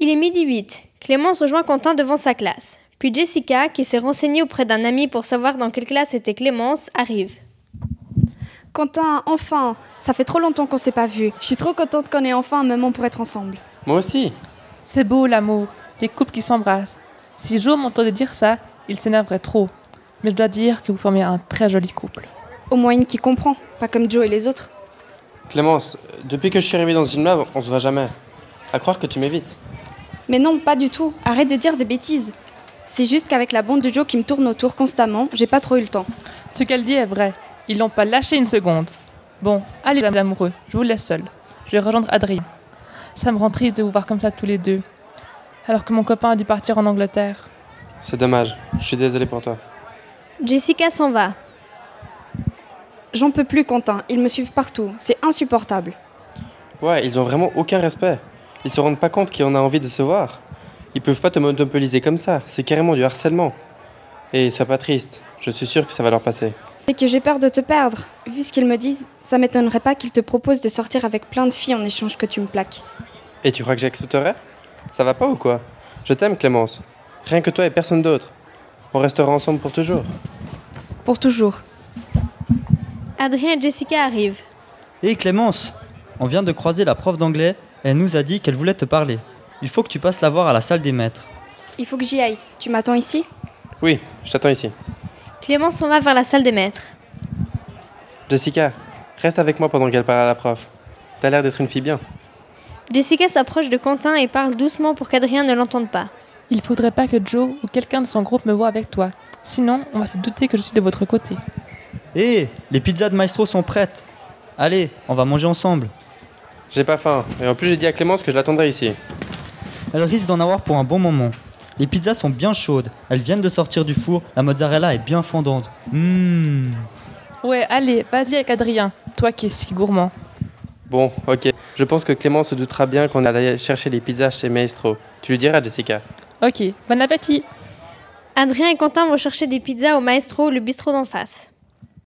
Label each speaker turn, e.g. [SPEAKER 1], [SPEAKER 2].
[SPEAKER 1] Il est midi 8. Clémence rejoint Quentin devant sa classe. Puis Jessica, qui s'est renseignée auprès d'un ami pour savoir dans quelle classe était Clémence, arrive.
[SPEAKER 2] Quentin, enfin Ça fait trop longtemps qu'on s'est pas vu. Je suis trop contente qu'on ait enfin un moment pour être ensemble.
[SPEAKER 3] Moi aussi.
[SPEAKER 4] C'est beau l'amour, les couples qui s'embrassent. Si Jo m'entendait dire ça, il s'énerverait trop. Mais je dois dire que vous formez un très joli couple.
[SPEAKER 2] Au moins une qui comprend, pas comme Joe et les autres.
[SPEAKER 3] Clémence, depuis que je suis arrivé dans ce gym-là, on se voit jamais. À croire que tu m'évites.
[SPEAKER 2] Mais non, pas du tout. Arrête de dire des bêtises. C'est juste qu'avec la bande de Joe qui me tourne autour constamment, j'ai pas trop eu le temps.
[SPEAKER 4] Ce qu'elle dit est vrai. Ils l'ont pas lâché une seconde. Bon, allez, les amoureux, je vous laisse seul. Je vais rejoindre Adrien. Ça me rend triste de vous voir comme ça tous les deux. Alors que mon copain a dû partir en Angleterre.
[SPEAKER 3] C'est dommage. Je suis désolé pour toi.
[SPEAKER 1] Jessica s'en va.
[SPEAKER 2] J'en peux plus, Quentin. Ils me suivent partout. C'est insupportable.
[SPEAKER 3] Ouais, ils ont vraiment aucun respect. Ils se rendent pas compte qu'on a envie de se voir. Ils peuvent pas te monopoliser comme ça. C'est carrément du harcèlement. Et sois pas triste. Je suis sûr que ça va leur passer.
[SPEAKER 2] C'est que j'ai peur de te perdre. Vu ce qu'ils me disent, ça m'étonnerait pas qu'ils te proposent de sortir avec plein de filles en échange que tu me plaques.
[SPEAKER 3] Et tu crois que j'accepterais Ça va pas ou quoi Je t'aime, Clémence. Rien que toi et personne d'autre. On restera ensemble pour toujours.
[SPEAKER 2] Pour toujours.
[SPEAKER 1] Adrien et Jessica arrivent.
[SPEAKER 5] Hé Eh, Clémence, on vient de croiser la prof d'anglais et elle nous a dit qu'elle voulait te parler. Il faut que tu passes la voir à la salle des maîtres.
[SPEAKER 2] Il faut que j'y aille. Tu m'attends ici
[SPEAKER 3] Oui, je t'attends ici.
[SPEAKER 1] Clémence s'en va vers la salle des maîtres.
[SPEAKER 3] Jessica, reste avec moi pendant qu'elle parle à la prof. T'as l'air d'être une fille bien.
[SPEAKER 1] Jessica s'approche de Quentin et parle doucement pour qu'Adrien ne l'entende pas.
[SPEAKER 4] Il faudrait pas que Joe ou quelqu'un de son groupe me voie avec toi. Sinon, on va se douter que je suis de votre côté.
[SPEAKER 5] Hé, Eh, les pizzas de Maestro sont prêtes. Allez, on va manger ensemble.
[SPEAKER 3] J'ai pas faim. Et en plus, j'ai dit à Clémence que je l'attendrai ici.
[SPEAKER 5] Elle risque d'en avoir pour un bon moment. Les pizzas sont bien chaudes, elles viennent de sortir du four, la mozzarella est bien fondante. Mmm.
[SPEAKER 4] Ouais, allez, vas-y avec Adrien, toi qui es si gourmand.
[SPEAKER 3] Bon, ok. Je pense que Clémence se doutera bien qu'on allait chercher les pizzas chez Maestro. Tu lui diras, Jessica.
[SPEAKER 4] Ok, bon appétit
[SPEAKER 1] Adrien et Quentin vont chercher des pizzas au maestro, le bistrot d'en face.